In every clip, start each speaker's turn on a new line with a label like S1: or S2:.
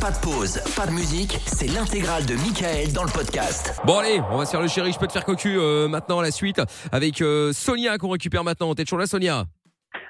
S1: Pas de pause, pas de musique, c'est l'intégrale de Michael dans le podcast.
S2: Bon allez, on va se faire le chéri, je peux te faire cocu euh, maintenant la suite avec euh, Sonia qu'on récupère maintenant. T'es toujours là Sonia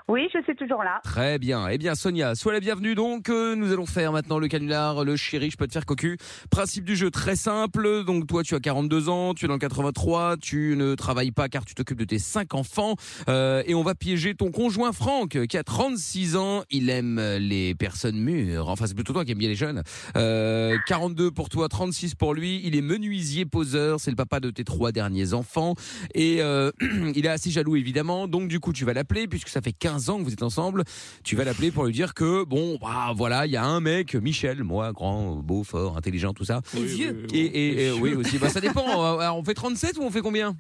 S3: Oui, je suis toujours là.
S2: Très bien. Eh bien Sonia, sois la bienvenue donc. euh, nous allons faire maintenant le canular, le chéri, je peux te faire cocu. Principe du jeu très simple. Donc toi tu as 42 ans, tu es dans le 83, tu ne travailles pas car tu t'occupes de tes cinq enfants. Euh, et on va piéger ton conjoint Franck qui a 36 ans. Il aime les personnes mûres. Enfin c'est plutôt toi qui aimes bien les jeunes. Euh, 42 pour toi, 36 pour lui. Il est menuisier poseur. C'est le papa de tes trois derniers enfants. Et euh, il est assez jaloux évidemment. Donc du coup, tu vas l'appeler puisque ça fait 15 ans que vous êtes ensemble. Tu vas l'appeler pour lui dire que bon, bah voilà, il y a un mec, Michel, moi, grand, beau, fort, intelligent, tout ça.
S4: vieux.
S2: Et, et- et- oui aussi. Bah ça dépend. Alors, on fait 37 ou on fait combien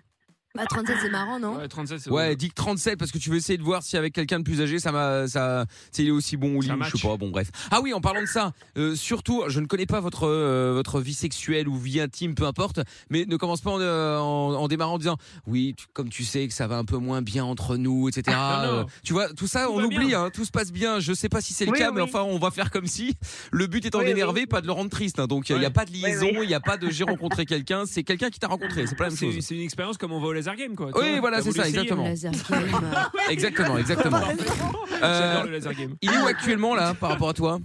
S5: Bah 37 c'est marrant non
S4: Ouais, 37, c'est
S2: Ouais, dis que 37 parce que tu veux essayer de voir si avec quelqu'un de plus âgé ça m'a ça si il est aussi bon ou
S4: Ça
S2: lui, je
S4: match.
S2: sais pas. Bon bref. Ah oui, en parlant de ça, euh, surtout je ne connais pas votre euh, votre vie sexuelle ou vie intime, peu importe, mais ne commence pas en, euh, en, en démarrant en disant oui, tu- comme tu sais que ça va un peu moins bien entre nous, etc.
S4: Non, non.
S2: Euh, tu vois, tout ça
S4: Tout
S2: on
S4: va
S2: oublie,
S4: bien.
S2: hein, tout se passe bien. Je sais pas si c'est le
S3: Oui,
S2: cas, mais
S3: oui.
S2: enfin on va faire comme si. Le but étant
S3: Oui,
S2: d'énerver, pas de le rendre triste. hein. donc il n'y a
S4: Ouais.
S2: pas de liaison, il
S3: oui.
S2: n'y a pas de j'ai rencontré quelqu'un, c'est quelqu'un qui t'a rencontré, c'est pas la même
S4: C'est
S2: chose.
S4: c'est une expérience comme on va au laser game, quoi.
S2: Oui,
S4: Tu vois,
S2: voilà,
S4: t'as
S2: c'est
S4: voulu
S2: ça,
S4: essayer,
S2: exactement.
S4: mais-
S5: Laser game.
S2: Exactement, exactement.
S4: J'adore
S2: Euh,
S4: le laser game.
S2: Il est où actuellement là par rapport à toi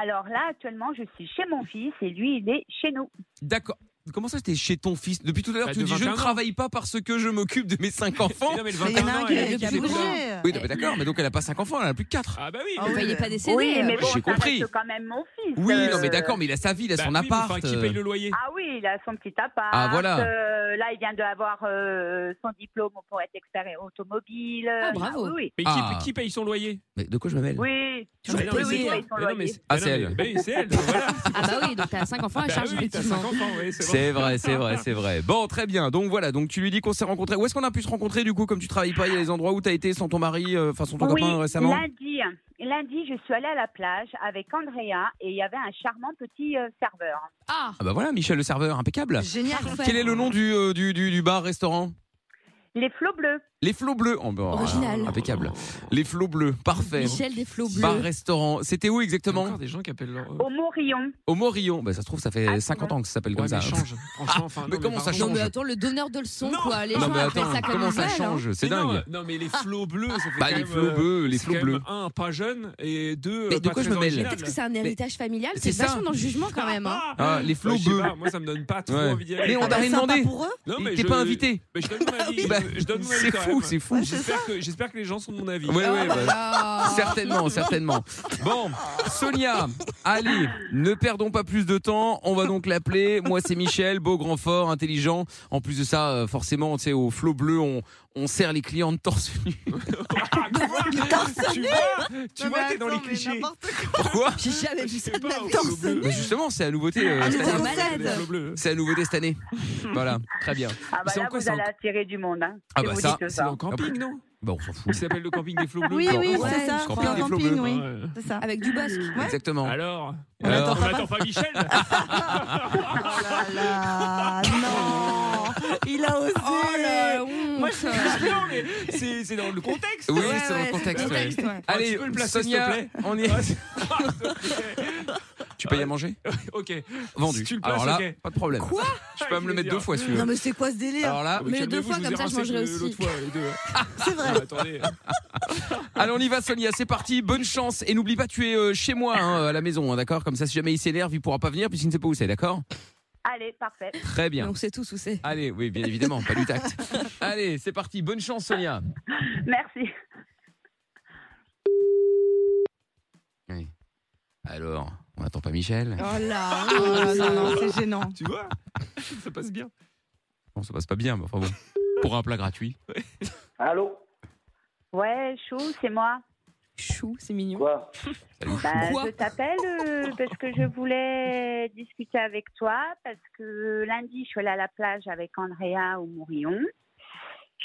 S3: Alors là, actuellement, je suis chez mon fils et lui, il est chez nous.
S2: D'accord. Comment ça, t'es chez ton fils Depuis tout à l'heure,
S4: Bah,
S2: tu
S4: de
S2: dis je ne
S4: 21 ans.
S2: travaille pas parce que je m'occupe de mes cinq enfants.
S4: Mais non, mais le
S6: Mais il y en a
S4: 21
S6: un
S4: ans,
S6: qui
S4: elle
S6: a-
S4: est
S6: qui a
S4: plus éclairée.
S6: bougé.
S2: Oui, non, mais d'accord, mais donc elle a pas cinq enfants, elle en a plus que quatre.
S4: Ah bah oui.
S6: Ah
S5: Enfin, il est pas décédé.
S3: oui, mais
S5: euh.
S3: bon,
S2: j'ai
S3: ça
S2: compris.
S3: reste quand même mon fils.
S2: Oui, non,
S3: euh,
S2: mais d'accord, mais il a sa vie, il a
S4: Bah
S2: son
S4: oui, mais
S2: appart. euh.
S4: enfin, Qui paye le loyer
S3: Ah oui, il a son petit appart.
S2: Ah, voilà.
S3: euh, là, il vient d'avoir euh, son diplôme pour être expert automobile.
S5: Ah, bravo.
S3: oui,
S4: Mais qui,
S2: Ah.
S4: qui paye son loyer
S2: Mais de quoi je me mêle
S3: oui.
S5: Tu vois,
S4: Bah non, mais
S5: oui,
S4: c'est
S5: oui.
S4: toi.
S3: Ils sont
S4: Mais non, mais
S3: loyés.
S4: bah
S2: Ah,
S4: non,
S2: c'est
S4: mais-
S2: elle.
S4: bah oui, c'est elle. Voilà.
S5: Ah bah oui, donc t'as 5 enfants à
S4: Bah
S5: charge
S4: oui, t'as
S5: effectivement.
S4: 5 enfants, ouais, c'est vrai.
S2: C'est vrai, c'est vrai, c'est vrai. Bon, très bien. Donc voilà, donc tu lui dis qu'on s'est rencontrés. Où est-ce qu'on a pu se rencontrer du coup Comme tu travailles pas, il y a des endroits où t'as été sans ton mari, euh, enfin sans ton
S3: Oui,
S2: copain récemment
S3: lundi, lundi, je suis allée à la plage avec Andrea et il y avait un charmant petit euh, serveur.
S5: Ah
S2: Ah bah voilà, Michel le serveur, impeccable.
S6: Génial.
S5: Parfait.
S2: Quel est le nom du, euh, du, du, du bar-restaurant
S3: Les flots bleus.
S2: Les flots bleus. Oh, bah,
S5: Original.
S2: Impeccable. Les flots bleus, parfait.
S5: Michel des flots bleus.
S2: Bar-restaurant. C'était où
S4: Il y a
S2: exactement
S4: encore des gens qui appellent leur.
S3: Au Morillon.
S2: Au Morillon. Bah, ça se trouve, ça fait
S3: Ah,
S2: 50 ans que ça s'appelle
S4: Ouais,
S2: comme ça.
S4: mais change. Franchement, enfin.
S2: Mais
S4: non,
S2: comment ça
S4: pardon.
S5: Non
S2: change
S5: mais bah, attends, le donneur de leçons
S4: Non.
S5: quoi. Les
S2: Non,
S5: gens
S2: mais
S5: appellent
S2: attends,
S5: ça comme
S2: comment
S5: ils
S2: ça
S5: veulent, hein.
S2: change C'est
S4: Mais non,
S2: dingue.
S4: Non, mais les flots bleus, ça fait
S2: Bah, les
S4: quand même,
S2: flots
S4: euh,
S2: bleus, les
S4: c'est
S2: flots
S4: quand même,
S2: bleus.
S4: Un, pas jeune, et deux.
S2: Mais
S4: euh,
S2: de
S4: pas
S2: quoi je
S4: très
S2: me mêle
S4: original.
S5: Peut-être que c'est un héritage familial,
S2: c'est
S5: c'est
S2: ça.
S5: vachement dans le jugement quand même. hein.
S2: Ah, les flots
S4: Ouais, bah, je sais
S2: bleus.
S4: pas, Moi, ça me donne pas trop
S2: Ouais.
S4: envie d'y
S2: Mais
S4: aller.
S2: on t'a
S6: Bah,
S2: rien
S6: sympa
S2: demandé.
S6: pour eux.
S4: Non, mais
S2: T'es
S4: je-
S2: pas invité.
S4: Mais je donne mon avis.
S2: Bah,
S4: euh, je- je donne mon avis
S2: C'est
S4: quand
S2: fou,
S4: même.
S2: c'est fou.
S6: Ouais, c'est
S4: J'espère que, j'espère que les gens sont de mon avis.
S2: Ouais, ouais, bah,
S5: Ah.
S2: Certainement, certainement. Bon, Sonia, allez, ne perdons pas plus de temps. On va donc l'appeler. Moi, c'est Michel, beau, grand, fort, intelligent. En plus de ça, euh, forcément, tu sais, au flot bleu, on, on sert les clients de torse nu.
S4: Ah, tu vois, tu vois, tu
S6: Non,
S4: vois,
S6: mais
S4: t'es dans les
S6: attends, mais
S4: clichés.
S6: n'importe quoi.
S2: Pourquoi
S5: J'ai jamais
S4: Je
S5: vu
S4: sais
S5: ça de ma
S4: pas,
S5: vie.
S4: aux flots bleus.
S2: Bah, Justement, c'est la nouveauté euh,
S6: Ah,
S2: cette
S6: mais
S2: année.
S6: c'est
S5: malade.
S6: malade.
S4: Flots bleus.
S2: C'est la nouveauté cette année. Voilà, très bien.
S3: Ah bah
S2: C'est en
S3: là,
S2: quoi,
S3: vous
S2: ça,
S3: allez
S2: en-
S3: attirer du monde. Hein,
S2: Ah
S3: Je
S2: bah
S3: vous
S2: ça,
S3: dis que
S4: C'est dans le camping, non
S2: Bon, Bah, on s'en fout.
S4: Il s'appelle le camping des flots bleus.
S6: Oui, oui,
S5: Ouais,
S6: c'est ça.
S5: je
S6: C'est
S2: crois.
S6: un camping, oui.
S4: Ouais.
S6: C'est ça.
S5: Avec du basque.
S2: Exactement.
S4: Alors,
S6: On
S2: Alors,
S6: attend
S4: on n'attend pas Michel.
S6: Oh là Oh là, non. Il a osé.
S5: Oh la honte.
S4: Moi, je suis non, mais c'est c'est dans le contexte.
S2: Oui,
S5: Ouais,
S2: c'est dans
S5: ouais,
S2: le
S5: c'est
S2: contexte.
S5: le
S2: ouais.
S5: contexte, ouais.
S4: Ah,
S2: Allez,
S4: tu peux le placer, s'il te
S2: Sonia,
S4: plaît
S2: on y
S4: Ah, c'est-
S2: Tu payes à manger
S4: ok. Ah,
S2: Vendu.
S4: Si tu le places,
S2: Alors là,
S4: ok.
S2: pas de problème.
S6: Quoi
S2: Je peux pas me le mettre deux fois, si tu veux.
S6: Non, mais c'est quoi ce délire
S4: Ah.
S2: Alors là,
S5: Mais
S4: calmez-vous,
S5: deux fois,
S4: vous
S5: comme
S4: ai
S5: ça, je
S4: rincé
S5: mangerai
S4: que
S5: aussi.
S4: L'autre fois, les deux.
S6: C'est vrai.
S4: Ah, attendez.
S2: Allez, on y va, Sonia, c'est parti. Bonne chance. Et n'oublie pas, tu es euh, chez moi, hein, à la maison, hein, d'accord Comme ça, si jamais il s'énerve, il pourra pas venir puisqu'il ne sait pas où c'est, d'accord
S3: ça. Allez, parfait.
S2: Très bien.
S5: Donc c'est tout sous c'est.
S2: Allez, oui, bien évidemment, pas du tact. Allez, c'est parti. Bonne chance, Sonia.
S3: Merci.
S2: Oui. Alors, on n'attend pas Michel.
S6: Oh là, oh là, non, non, c'est gênant.
S4: Tu vois Ça passe bien.
S2: Bon, ça passe pas bien, mais enfin bon. Pour un plat gratuit.
S7: Allô
S3: Ouais, Chou, c'est moi.
S5: Chou, c'est mignon.
S7: Quoi
S2: Salut,
S3: Bah,
S2: chou.
S5: Quoi
S3: je t'appelle euh, parce que je voulais discuter avec toi parce que lundi je suis allée à la plage avec Andrea au Mourillon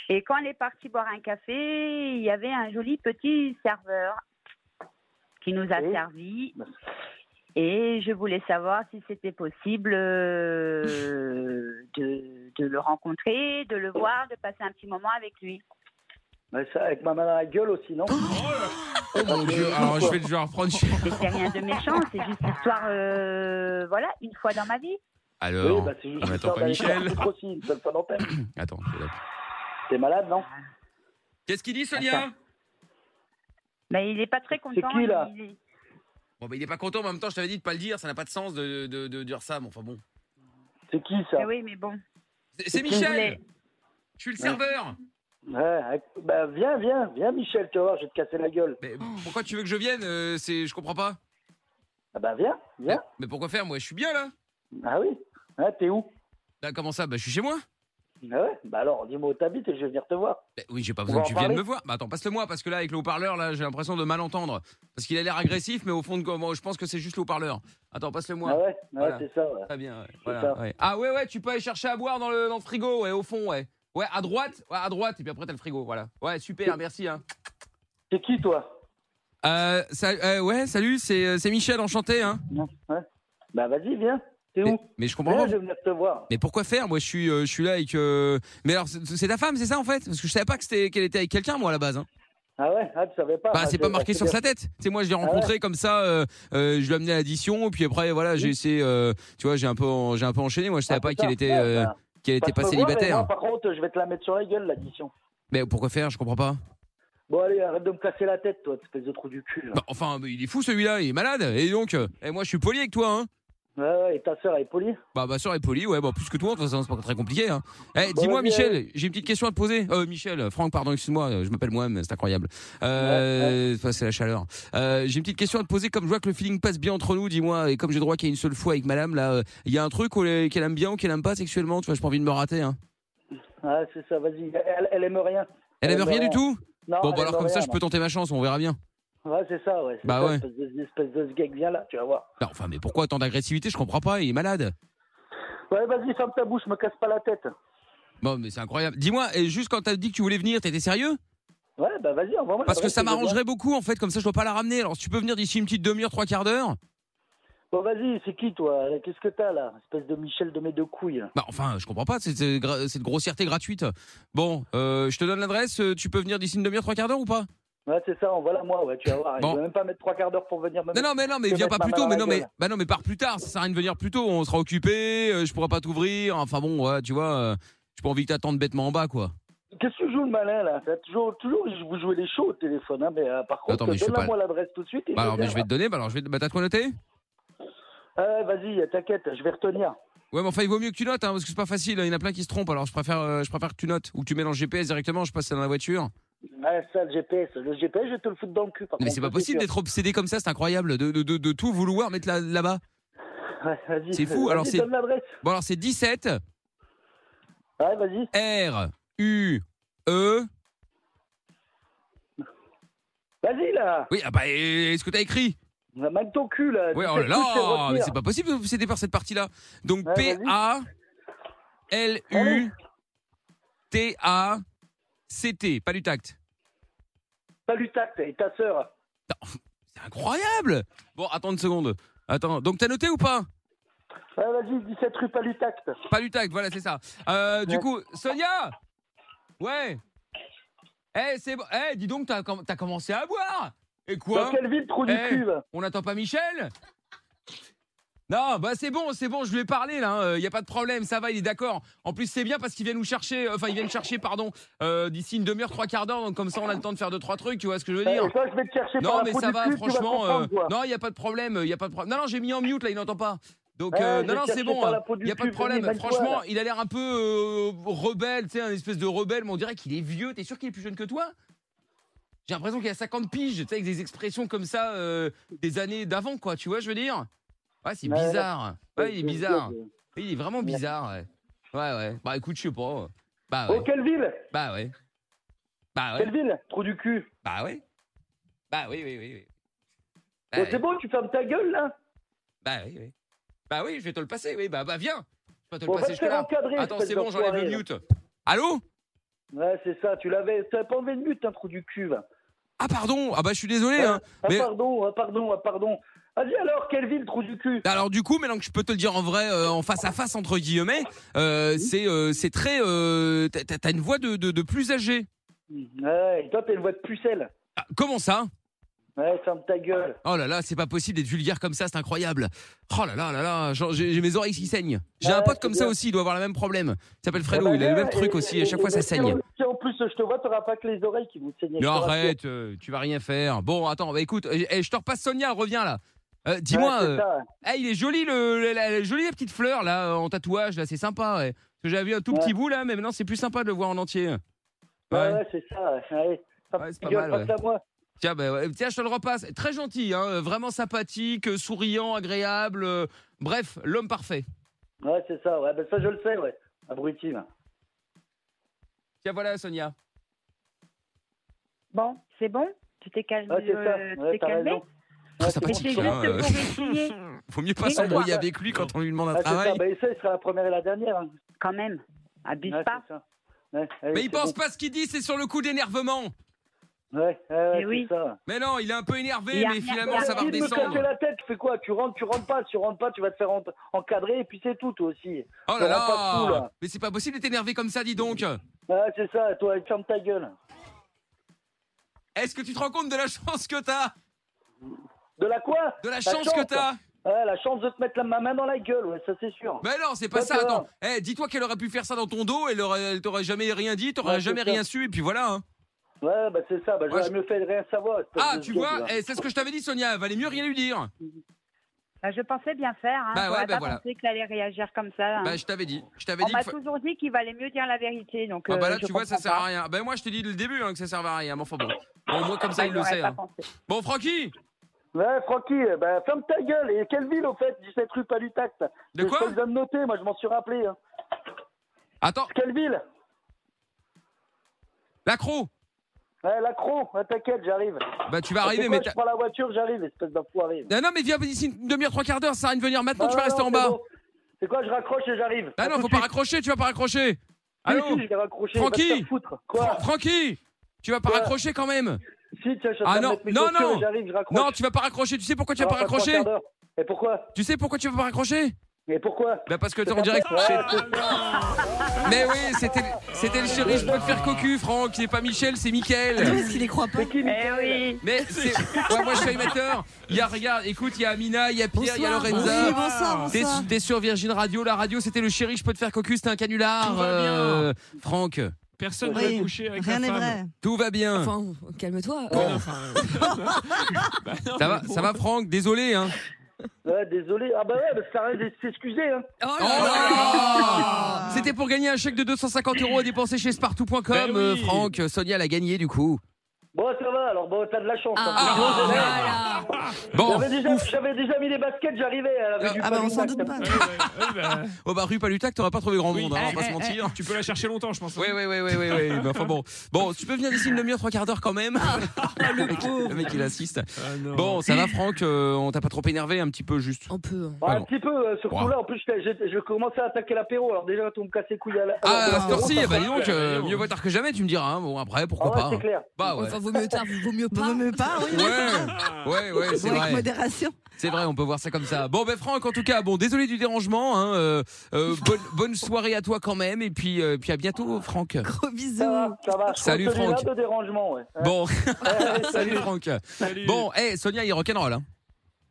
S3: et quand on est parti boire un café, il y avait un joli petit serveur qui nous a
S7: Oui.
S3: servi et je voulais savoir si c'était possible euh, de, de le rencontrer, de le voir, de passer un petit moment avec lui.
S7: Mais ça, avec ma main dans la gueule aussi, non
S2: Oh mon dieu, alors je vais le devoir prendre. chez-
S3: C'est rien de méchant, c'est juste une histoire, euh, voilà, une fois dans ma vie.
S2: Alors,
S7: bah, c'est juste
S2: on
S7: une
S2: n'attend
S7: histoire
S2: pas
S7: d'aller
S2: Michel.
S7: faire foutre aussi, une seule fois dans ta vie.
S2: attends. je vais l'appeler.
S7: T'es malade, non
S2: Qu'est-ce qu'il dit, Sonia
S3: Mais il n'est pas très content.
S7: qui, là
S3: il est-
S2: Bon, bah, il est pas content, mais en même temps, je t'avais dit de pas le dire, ça n'a pas de sens de, de- de dire ça, mais enfin bon.
S7: C'est qui
S2: Eh
S7: ça
S3: Mais oui, mais bon.
S2: C'est- C'est Michel Je suis le serveur
S7: Ouais, bah, Viens, viens, viens, Michel, tu vas voir, je vais te casser la gueule.
S2: Mais pourquoi tu veux que je vienne Euh, C'est, Je comprends pas.
S7: Ah bah, viens, viens.
S2: Mais pourquoi faire Moi, je suis bien là.
S7: Ah oui Hein, T'es où
S2: Là, comment ça Bah, je suis chez moi.
S7: Ah ouais Bah alors, dis-moi où t'habites et je vais venir te voir.
S2: Bah oui, j'ai pas
S7: On
S2: besoin
S7: va
S2: que tu
S7: en
S2: viennes
S7: parler
S2: me voir. Bah attends, passe-le-moi parce que là, avec le haut-parleur, là, j'ai l'impression de mal entendre. Parce qu'il a l'air agressif, mais au fond, de... moi, je pense que c'est juste le haut-parleur. Attends, passe-le-moi.
S7: Ah ouais, ouais
S2: Voilà.
S7: c'est ça. ouais.
S2: Très bien. ouais.
S7: ça.
S2: Voilà, ouais. Ah ouais, ouais, tu peux aller chercher à boire dans le, dans le frigo, ouais, au fond, ouais. Ouais, à droite, ouais, à droite, et puis après t'as le frigo, voilà. Ouais, super, merci. Hein.
S7: C'est qui, toi
S2: Euh, ça- euh, ouais, salut, c'est euh, c'est Michel, enchanté. Hein.
S7: Ouais. Bah vas-y, viens. T'es
S2: Mais,
S7: où
S2: mais je comprends
S7: Viens,
S2: pas.
S7: je vais venir te voir.
S2: Mais pourquoi faire Moi, je suis, euh, je suis là avec. euh, Mais alors, c'est c'est ta femme, c'est ça en fait Parce que je savais pas que c'était- qu'elle était avec quelqu'un, moi, à la base. hein.
S7: Ah ouais Ah, tu savais pas
S2: Bah,
S7: Ah,
S2: c'est
S7: je-
S2: pas marqué
S7: ah,
S2: sur
S7: c'est
S2: sa tête. C'est moi, je l'ai
S7: ouais.
S2: rencontré comme ça. euh, euh, je l'ai amené à l'addition, puis après, voilà, j'ai essayé. euh, tu vois, j'ai un peu, en- j'ai un peu enchaîné. Moi, je savais
S7: Ah,
S2: pas
S7: c'est
S2: qu'elle
S7: ça.
S2: était,
S7: Ouais,
S2: euh,
S7: bah,
S2: qu'elle était
S7: passe
S2: pas
S7: me voir, mais
S2: célibataire.
S7: moi, par contre, je vais te la mettre sur la gueule, l'addition.
S2: Mais pourquoi faire Je comprends pas.
S7: Bon, allez, arrête de me casser la tête, toi, espèce de trou du cul. là.
S2: Bah, enfin, mais il est fou celui-là. Il est malade. Et donc, euh, eh, moi, je suis poli avec toi. Hein.
S7: Ouais, ouais, et ta sœur, elle est polie
S2: Bah, ma soeur est polie, ouais, bah, plus que toi, de toute façon, c'est pas très compliqué. Hein. Eh,
S7: Bon,
S2: dis-moi,
S7: Bah, vas-y,
S2: Michel, j'ai une petite question à te poser. Euh, Michel, Franck, pardon, excuse-moi, euh, je m'appelle moi, mais c'est incroyable. Euh, enfin, C'est la chaleur. Euh, j'ai une petite question à te poser. Comme je vois que le feeling passe bien entre nous, dis-moi, et comme j'ai droit qu'il y ait une seule fois avec madame, là, euh, il y a un truc où elle- qu'elle aime bien ou qu'elle aime pas sexuellement, tu vois, j'ai pas envie de me rater. Hein.
S7: Ah, c'est ça, vas-y. Elle, elle aime rien.
S2: Elle
S7: Elle
S2: aime
S7: aime
S2: rien du
S7: rien.
S2: tout
S7: bah Non, Ah,
S2: Bon,
S7: elle
S2: bah, alors
S7: aime
S2: comme ça,
S7: rien,
S2: je peux tenter ma chance, on verra bien.
S7: non. Ouais, c'est ça, ouais. c'est
S2: Bah
S7: ça,
S2: ouais.
S7: Espèce de, espèce de ce gag, viens là, tu vas voir.
S2: Non, Bah, enfin, mais pourquoi tant d'agressivité Je comprends pas, il est malade.
S7: Ouais, vas-y, ferme ta bouche, me casse pas la tête.
S2: Bon, mais c'est incroyable. Dis-moi, et juste quand t'as dit que tu voulais venir, t'étais sérieux
S7: Ouais, bah vas-y, envoie-moi.
S2: Parce que
S7: l'adresse,
S2: ça
S7: je veux bien.
S2: m'arrangerait beaucoup en fait, comme ça je dois pas la ramener. Alors si tu peux venir d'ici une petite demi-heure, trois quarts d'heure.
S7: Bon, vas-y, c'est qui, toi Qu'est-ce que t'as, là Espèce de Michel de mes deux couilles.
S2: Bah enfin, je comprends pas, c'est c'est gra- cette grossièreté gratuite. Bon, euh, je te donne l'adresse, euh, tu peux venir d'ici une demi-heure, trois quarts d'heure ou pas
S7: Ouais, c'est ça, envoie-la moi, ouais, tu vas voir.
S2: Bon.
S7: Je vais même pas mettre trois quarts d'heure pour venir me
S2: Non non mais non mais
S7: Je
S2: viens
S7: vais
S2: pas
S7: mettre
S2: plus
S7: ma
S2: tôt,
S7: main
S2: mais
S7: dans
S2: non
S7: la
S2: mais
S7: gueule.
S2: bah non mais pars plus tard, ça sert à rien de venir plus tôt, on sera occupé, euh, je pourrais pas t'ouvrir, enfin bon, ouais, tu vois, euh, j'ai pas envie que t'attendes bêtement en bas quoi.
S7: Qu'est-ce que tu joues le malin là T'as toujours, toujours, vous jouez les shows au téléphone, hein, mais euh, par contre,
S2: Attends, mais je fais pas-
S7: donne-moi l'adresse tout de suite. Et
S2: Bah alors mais je
S7: viens.
S2: vais te donner, bah alors je vais te- bah t'as de quoi noter
S7: Euh, Vas-y, t'inquiète, je vais retenir.
S2: Ouais mais enfin il vaut mieux que tu notes hein, parce que c'est pas facile, il y en a plein qui se trompent, alors je préfère euh, je préfère que tu notes ou que tu mélanges GPS directement, je passe ça dans la voiture.
S7: Ah, ça, le GPS. Le GPS, je vais te le foutre dans le cul. par
S2: Mais
S7: contre,
S2: c'est pas
S7: ça,
S2: possible
S7: sûr.
S2: d'être obsédé comme ça, c'est incroyable de, de, de, de tout vouloir mettre là- là-bas.
S7: Ouais, vas-y.
S2: C'est fou,
S7: Vas-y,
S2: alors c'est-
S7: Donne l'adresse.
S2: Bon alors c'est 17
S7: Ouais, vas-y.
S2: R U E.
S7: Vas-y là
S2: Oui, ah bah euh, est-ce que t'as écrit
S7: Mal ton cul là
S2: Oui,
S7: Tu
S2: oh
S7: sais
S2: là
S7: tout, tu sais
S2: là, mais
S7: retenir.
S2: c'est pas possible de vous aider par cette partie-là. Donc
S7: Ouais,
S2: P
S7: vas-y.
S2: A L
S7: Allez.
S2: U T A C T, pas du tact.
S7: Pas du tact, et ta sœur
S2: C'est incroyable. Bon, attends une seconde. Attends, donc t'as noté ou pas
S7: Ouais, vas-y, 17 rue Palutact.
S2: Pas du tact, voilà, c'est ça. Euh, Du
S7: Ouais.
S2: coup, Sonia Ouais Eh, c'est bon. Eh, dis donc, t'as com- t'as commencé à boire Et quoi
S7: Dans quelle ville, trou du
S2: Eh.
S7: cul va
S2: On n'attend pas Michel Non, bah c'est bon, c'est bon, je lui ai parlé là, il n'y a pas de problème, ça va, il est d'accord. En plus, c'est bien parce qu'il vient nous chercher, euh, enfin, il vient me chercher, pardon, euh, d'ici une demi-heure, trois quarts d'heure, donc comme ça, on a le temps de faire deux, trois trucs, tu vois ce que je veux
S7: Eh,
S2: dire
S7: Toi, je vais te chercher par
S2: Non,
S7: la
S2: mais
S7: trou
S2: ça
S7: du
S2: va,
S7: cul, tu vas
S2: franchement,
S7: comprendre,
S2: euh,
S7: toi.
S2: non, il n'y a pas de problème, il y a pas de problème. Non, non, j'ai mis en mute là, il n'entend pas. Donc,
S7: Ouais,
S2: euh,
S7: Eh, je
S2: non,
S7: vais
S2: non,
S7: te
S2: c'est
S7: chercher
S2: bon,
S7: par la
S2: hein.
S7: peau
S2: il
S7: du
S2: n'y a pas de
S7: cul, vas-y,
S2: problème.
S7: mets-toi,
S2: Franchement,
S7: là.
S2: il a l'air un peu euh, rebelle, tu sais, un espèce de rebelle, mais on dirait qu'il est vieux. T'es sûr qu'il est plus jeune que toi J'ai l'impression qu'il a 50 piges, tu sais, avec des expressions comme ça euh, des années d'avant, quoi, tu vois, je veux dire Ouais, c'est
S7: Ouais, ouais.
S2: bizarre. Ouais, il est
S7: Je- je-
S2: bizarre.
S7: je-
S2: Il est vraiment bizarre, ouais. Ouais, ouais. Bah écoute, je sais pas. Bah ouais.
S7: Oh, quelle ville
S2: Bah ouais. Bah ouais.
S7: Quelle ville Trou du cul.
S2: Bah ouais. Bah oui, oui, oui. oui. Bah
S7: Bon,
S2: ouais.
S7: c'est bon, tu fermes ta gueule là
S2: Bah oui, oui. Bah oui, je vais te le passer, oui. Bah, bah viens. Je vais te le
S7: Bon, bah, va
S2: passer
S7: te faire
S2: jusque-là.
S7: encadrer.
S2: Attends,
S7: espèce
S2: c'est bon, j'enlève
S7: d'enfoiré,
S2: le
S7: là.
S2: mute. Allô
S7: Ouais, c'est ça, tu l'avais. T'as pas enlevé de mute, un trou du cul, va.
S2: Ah, pardon. Ah, bah, je suis désolé. Hein.
S7: Ah,
S2: Mais-
S7: pardon, ah, pardon, ah, pardon. Vas-y alors, quelle ville, trou du cul
S2: Bah, Alors, du coup, maintenant que je peux te le dire en vrai, euh, en face à face, entre guillemets, euh, c'est euh, c'est très. euh, t'as- T'as t'as une voix de, de, de plus âgé.
S7: Ouais, et toi, t'es une voix de pucelle.
S2: Ah, comment ça
S7: Ouais, ferme ta gueule.
S2: Oh là là, c'est pas possible d'être vulgaire comme ça, c'est incroyable. Oh là là là là, genre, j'ai j'ai mes oreilles qui saignent. J'ai un
S7: Ouais,
S2: pote
S7: c'est
S2: comme ça
S7: bien.
S2: aussi, il doit avoir le même problème. Il s'appelle
S7: Eh
S2: Fredo,
S7: ben,
S2: il a le
S7: viens,
S2: même truc
S7: et-
S2: aussi,
S7: et-
S2: à chaque fois
S7: et-
S2: ça
S7: et-
S2: saigne.
S7: Si en plus je te vois, t'auras pas que les oreilles qui vont saigner.
S2: Mais
S7: je te rassure.
S2: arrête, euh, tu vas rien faire. Bon, attends, bah écoute, euh, eh, je te repasse Sonia, reviens là. Euh, Dis-moi,
S7: Ouais, c'est
S2: euh,
S7: ça.
S2: eh, il est joli le, la, la- la- jolie la petite fleur là euh, en tatouage là, c'est sympa. Ouais. Parce que j'avais vu un tout
S7: Ouais.
S2: petit bout là, mais maintenant c'est plus sympa de le voir en entier.
S7: Ouais,
S2: Ouais.
S7: ouais, c'est ça. Ouais. Ferme
S2: Ouais, c'est
S7: ta
S2: pas
S7: gueule,
S2: mal,
S7: passe à moi.
S2: Tiens, bah, ouais, tiens, je te le repasse. Très gentil, hein, euh, vraiment sympathique, euh, souriant, agréable. euh, bref, l'homme parfait.
S7: Ouais, c'est ça. Ouais, ben ça, je le sais, ouais. Abruti, là.
S2: Tiens, voilà Sonia.
S3: Bon, c'est bon Tu t'es calmé
S7: Ouais, c'est ça.
S3: euh, tu
S7: Ouais,
S3: t'es
S7: t'as
S3: calmé
S7: raison.
S2: Ah,
S7: Ouais,
S2: ça
S7: c'est
S2: prend
S3: Mais
S2: du
S3: c'est juste
S2: temps, hein, euh.
S3: pour essayer,
S2: Faut mieux pas
S3: Mais
S2: s'embrouiller
S7: quoi
S2: avec lui quand on lui demande un
S7: Ah, c'est ça.
S2: travail.
S7: Ben, ça, il sera la première et la dernière. hein.
S3: quand même. Abuse
S7: Ouais,
S3: pas.
S7: c'est ça. Ouais, allez,
S2: Mais il
S7: c'est
S2: pense pas ce qu'il dit, c'est sur le coup d'énervement.
S7: bon. Ouais, ouais, ouais,
S3: Eh
S7: c'est
S3: oui.
S7: ça.
S2: Mais non, il est un peu
S3: Il
S2: énervé,
S3: y a
S2: mais
S3: rien.
S2: finalement ça va
S7: Arrête de me
S2: redescendre.
S7: casser la tête, tu fais quoi Tu rentres, tu rentres pas, tu rentres pas, tu vas te faire en- encadrer et puis c'est tout, toi aussi.
S2: Oh là
S7: Ça rend pas fou,
S2: là
S7: là.
S2: Mais c'est pas possible d'être énervé comme ça, dis donc
S7: Ouais, c'est ça, toi, ferme ta gueule.
S2: Est-ce que tu te rends compte de la chance que t'as
S7: De la quoi
S2: De la
S7: La
S2: chance
S7: chance.
S2: que t'as
S7: Ouais, la chance de te mettre la, ma main dans la gueule, ouais, ça c'est sûr.
S2: Mais non, c'est pas
S7: Ouais,
S2: ça,
S7: c'est
S2: attends Eh, dis-toi qu'elle aurait pu faire ça dans ton dos, elle, aurait- elle t'aurait jamais rien dit, t'aurais
S7: Ouais, c'est
S2: jamais
S7: ça.
S2: rien su, et puis voilà hein.
S7: Ouais, bah c'est ça, bah
S2: Ouais,
S7: j'aurais
S2: je-
S7: mieux fait de rien savoir. espèce
S2: Ah,
S7: de
S2: tu
S7: zoob,
S2: vois,
S7: là.
S2: eh, c'est ce que je t'avais dit Sonia, valait mieux rien lui dire
S3: Bah, je pensais bien faire. Hein.
S2: Bah ouais,
S3: J'aurais
S2: bah
S3: pas
S2: voilà.
S3: pensé qu'il allait réagir comme ça.
S7: Ah.
S3: hein.
S2: Bah je t'avais dit, je t'avais
S3: On
S2: dit
S3: m'a
S2: qu'il fa-
S3: toujours dit qu'il valait mieux dire la vérité. Donc,
S2: Ah bah
S3: euh,
S2: là
S3: je
S2: tu vois ça
S3: comprends
S2: sert à
S3: pas.
S2: rien Bah moi je t'ai dit dès le début hein, que ça servait à rien, mais enfin bon Bon, moi comme ça
S3: Ah,
S2: il le
S3: j'aurais
S2: sait
S3: pas
S2: hein.
S3: pensé.
S2: Bon Francky
S7: Ouais, Francky, euh, bah ferme ta gueule. Et quelle ville, au fait 17 rue Palutac. ça
S2: De quoi
S7: Je peux me noter, moi je m'en suis rappelé. hein.
S2: Attends,
S7: Quelle ville
S2: l'accro
S7: Ouais, l'accro, ouais, t'inquiète, j'arrive.
S2: Bah tu vas
S7: C'est
S2: arriver
S7: quoi,
S2: mais t'as-
S7: Je prends la voiture, j'arrive, espèce d'enfoiré.
S2: Non, non, mais viens d'ici une demi-heure, trois quarts d'heure, ça sert à rien de venir maintenant,
S7: Non,
S2: tu vas
S7: non,
S2: rester
S7: non,
S2: en
S7: c'est
S2: bas.
S7: bon. C'est quoi, je raccroche et j'arrive.
S2: Ah non, faut pas raccrocher, tu vas pas raccrocher. Allô
S7: Si, si, je vais raccrocher.
S2: Francky
S7: va te faire foutre. Quoi
S2: Fra- Francky Tu vas pas
S7: Quoi
S2: raccrocher quand même
S7: Si, tiens, je suis en
S2: Ah
S7: train de
S2: non,
S7: mettre mes
S2: non,
S7: chaussures
S2: non.
S7: et J'arrive, je raccroche.
S2: Non, tu vas pas raccrocher, tu sais pourquoi tu vas
S7: Alors,
S2: pas
S7: trois
S2: raccrocher
S7: quarts d'heure. Et pourquoi
S2: Tu sais pourquoi tu vas pas raccrocher
S7: Et pourquoi
S2: Bah parce que t'es en
S7: pas
S2: direct
S7: pour-
S2: chez-
S4: Ah, non.
S2: Mais oui, c'était c'était le chéri, je peux te faire cocu, Franck, c'est pas Michel, c'est Mickaël
S6: Parce qu'il les croit pas.
S7: C'est qui
S3: Eh oui.
S2: Mais c'est... Ouais, moi je suis animateur, il y a, regarde, écoute, il y a Amina, il y a Pierre, il y a
S6: Bonsoir,
S2: Lorenza...
S6: oui, bonsoir,
S2: T'es
S6: bonsoir.
S2: t'es sur Virgin Radio, la radio c'était le chéri, je peux te faire cocu, c'était un canular,
S4: Tout va bien.
S2: euh, Franck.
S4: Personne ne
S6: Oui,
S4: va coucher avec
S6: Rien
S4: la
S6: n'est
S4: femme.
S6: vrai.
S2: Tout va bien.
S5: Enfin, calme-toi.
S2: Oh.
S4: Ouais, enfin, euh, bah non,
S2: Ça
S4: mais
S2: va,
S4: bon.
S2: ça va Franck, désolé hein.
S7: Ouais, désolé. Ah bah ouais, bah, ça arrête de s'excuser. Hein.
S5: Oh
S2: Oh
S5: là
S2: là
S5: là
S2: là C'était pour gagner un chèque de 250 euros à dépenser chez spartou.com.
S4: Ben oui.
S2: Euh, Franck, euh, Sonia l'a gagné du coup.
S7: Bon, ça va, alors bon, t'as de la chance. hein.
S5: Ah,
S2: Oh.
S7: Grosse énergie.
S5: voilà.
S2: Bon,
S7: J'avais déjà, j'avais déjà mis les baskets, j'arrivais euh, avec
S2: Ah,
S7: du
S6: Ah bah on s'en
S7: palutac,
S6: doute
S7: ça
S6: pas.
S7: me
S4: Ouais, ouais, ouais, bah,
S2: oh bah rue Palutac, t'auras pas trouvé grand
S4: Oui.
S2: monde, hein, on va
S4: Eh,
S2: pas se
S4: eh,
S2: mentir.
S4: tu peux la chercher longtemps, je pense. hein.
S2: Oui, oui, oui, oui, oui, oui. Mais enfin bon. Bon, tu peux venir d'ici une demi-heure, trois quarts d'heure quand même.
S7: Ah,
S2: le, mec, le mec, il insiste.
S4: Ah, non.
S2: Bon, ça va, Franck, euh, on t'a pas trop énervé, un petit peu juste.
S7: Oh,
S5: On peut. hein.
S7: Ouais,
S2: Ah
S7: un
S2: bon.
S7: petit peu, euh, surtout
S2: Wow.
S7: là, en plus, j'ai- j'ai- je commençais à attaquer l'apéro, alors déjà, tu me casses les couilles à la.
S2: Ah,
S7: à
S2: à cette
S7: l'apéro,
S2: heure-ci,
S7: oh, ça
S2: eh ben,
S7: va.
S2: dis donc,
S4: Ouais,
S2: euh,
S4: ouais,
S2: mieux
S4: ouais.
S2: vaut tard que jamais, tu me diras. hein. Bon, après,
S7: Ah
S2: pourquoi
S7: ouais,
S2: pas.
S7: c'est
S2: hein.
S7: clair.
S2: Bah ouais.
S5: Enfin, vaut mieux tard, vaut mieux pas.
S6: Non, mais pas, oui.
S4: Ah,
S2: Ouais, ouais, ouais, c'est
S6: Bon, avec
S2: vrai.
S6: modération.
S2: C'est vrai, on peut voir ça comme ça. Bon, ben Franck, en tout cas, bon, désolé du dérangement. Hein, euh, euh, bonne, bonne soirée à toi quand même, et puis, euh, puis à bientôt, Franck.
S6: Gros bisous.
S7: Ça va, ça va. Je
S2: Salut,
S7: prends celui-là
S2: Franck.
S7: de dérangement, ouais. Ouais,
S2: Bon,
S7: ouais,
S2: salut Franck.
S4: Salut. Ah,
S2: Bon, eh, Sonia, il est rock'n'roll. Hein.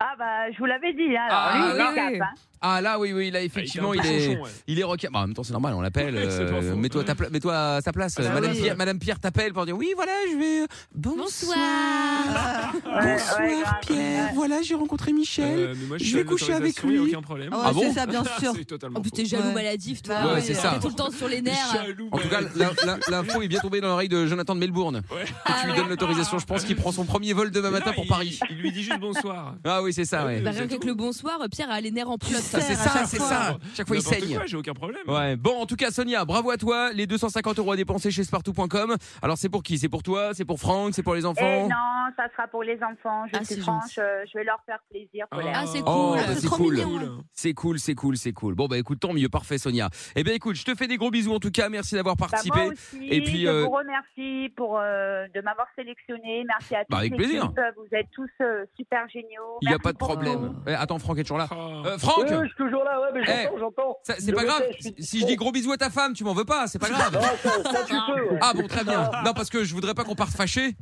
S3: Ah bah, je vous l'avais dit. hein,
S2: Ah,
S3: Alors, lui,
S2: là,
S3: il tape,
S5: oui.
S3: hein.
S2: Ah là, oui, oui, là,
S4: Ah,
S2: effectivement, il
S4: était un peu
S2: est,
S4: chonchon, ouais.
S2: il est rock'n'roll. Bah, en même temps, c'est normal, on l'appelle.
S4: C'est pas
S2: euh,
S4: faux.
S2: Mets-toi à, ta pla- mets-toi à sa place.
S4: Ah,
S2: Euh, Madame,
S6: oui.
S2: Pierre, Madame Pierre t'appelle pour dire oui, voilà, je vais. euh,
S5: Bonsoir.
S6: Ah,
S3: Ouais, ouais, grave. Ouais.
S2: Voilà, j'ai rencontré Michel.
S4: Euh, mais moi,
S2: Je
S4: suis
S2: vais
S4: à
S2: coucher avec
S4: l'autorisation, y a
S2: lui.
S4: Aucun problème.
S6: Ouais,
S2: Ah bon
S6: c'est ça, bien sûr.
S4: C'est totalement.
S5: En plus,
S4: faux.
S5: t'es Ah, jaloux
S6: Ouais.
S5: maladif, toi.
S6: Bah
S2: ouais, c'est ça.
S5: T'es tout le temps sur les nerfs.
S4: Jaloux,
S2: En tout cas,
S4: bah,
S2: la- la- l'info est bien tombée dans l'oreille de Jonathan de Melbourne.
S4: ouais.
S2: Et tu lui donnes l'autorisation, je pense qu'il prend son premier vol demain
S4: Non,
S2: matin pour
S4: il-
S2: Paris.
S4: Il lui dit juste bonsoir.
S2: Ah oui, c'est ça, ouais.
S5: Bah,
S4: C'est
S5: rien
S4: tout.
S5: qu'avec le bonsoir, Pierre a les nerfs en
S6: Tu
S5: pelote.
S2: Ça,
S6: sais.
S2: c'est
S6: à
S2: ça,
S6: chaque
S2: c'est
S6: fois.
S2: ça. Chaque fois, il
S4: N'importe
S2: saigne.
S4: quoi, J'ai aucun problème.
S2: Ouais. Bon, en tout cas, Sonia, bravo à toi. Les 250 euros à dépenser chez spartou.com. Alors, c'est pour qui C'est pour toi C'est pour Franck C'est pour les
S3: Eh
S2: enfants
S3: non, ça sera pour les enfants. Je
S5: Ah,
S3: suis
S5: c'est
S3: franche, euh, je vais leur faire plaisir. pour les-
S5: Ah, c'est
S2: Oh,
S5: cool.
S6: Ah,
S2: c'est
S6: trop
S2: cool.
S6: mignon.
S2: C'est cool, c'est cool, c'est cool. Bon, bah écoute, tant mieux. Parfait, Sonia. Eh bien, écoute, je te fais des gros bisous en tout cas. Merci d'avoir
S3: Bah,
S2: participé.
S3: moi aussi,
S2: Et puis,
S3: je
S2: euh,
S3: vous remercie pour, euh, de m'avoir sélectionné. Merci à tous.
S2: Bah, avec plaisir.
S3: Vous êtes tous euh, super géniaux.
S2: Il n'y a
S3: Merci
S2: pas de
S3: pour
S2: problème.
S3: tout.
S2: Eh, attends, Franck est toujours là.
S4: Oh.
S2: Euh, Franck
S7: Oui, oui, je suis toujours là, ouais, mais
S2: Eh,
S7: j'entends, j'entends.
S2: Ça, C'est
S7: Le
S2: pas grave.
S7: message, je
S2: Si
S7: suis-
S2: je dis gros bisous à ta femme, tu m'en veux pas, c'est pas
S7: Non,
S2: grave.
S7: ça, ça, tu peux. ouais.
S2: Ah bon, très bien. Non, parce que je voudrais pas qu'on parte fâché.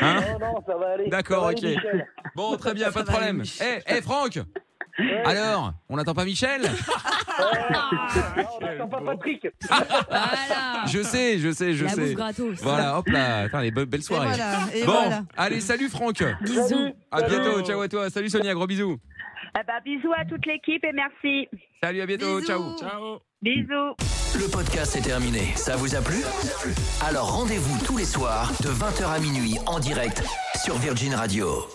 S7: Non, non, ça va aller.
S2: Ah. D'accord,
S7: Ça va aller,
S2: ok.
S7: Michel.
S2: Bon, très bien, pas de
S6: va aller,
S2: problème. Eh, eh, Franck. Alors, on n'attend pas Michel
S7: Ah, on n'attend pas Patrick.
S5: Voilà.
S2: Je sais, je sais, je
S5: La bouffe
S2: sais.
S5: gratos.
S2: Voilà, hop là. Attends, les be- belles
S6: Et
S2: soirées.
S6: voilà. Et
S2: bon,
S6: voilà.
S2: allez, salut Franck.
S7: Salut.
S2: À bientôt,
S4: Salut.
S2: ciao à toi. Salut Sonia, gros bisous.
S3: Eh ben, bisous à toute l'équipe et merci.
S2: Salut, à bientôt,
S5: Bisous.
S2: ciao.
S4: Ciao.
S3: Bisous.
S1: Le podcast est terminé. Ça vous a plu Alors rendez-vous tous les soirs de 20h à minuit en direct sur Virgin Radio.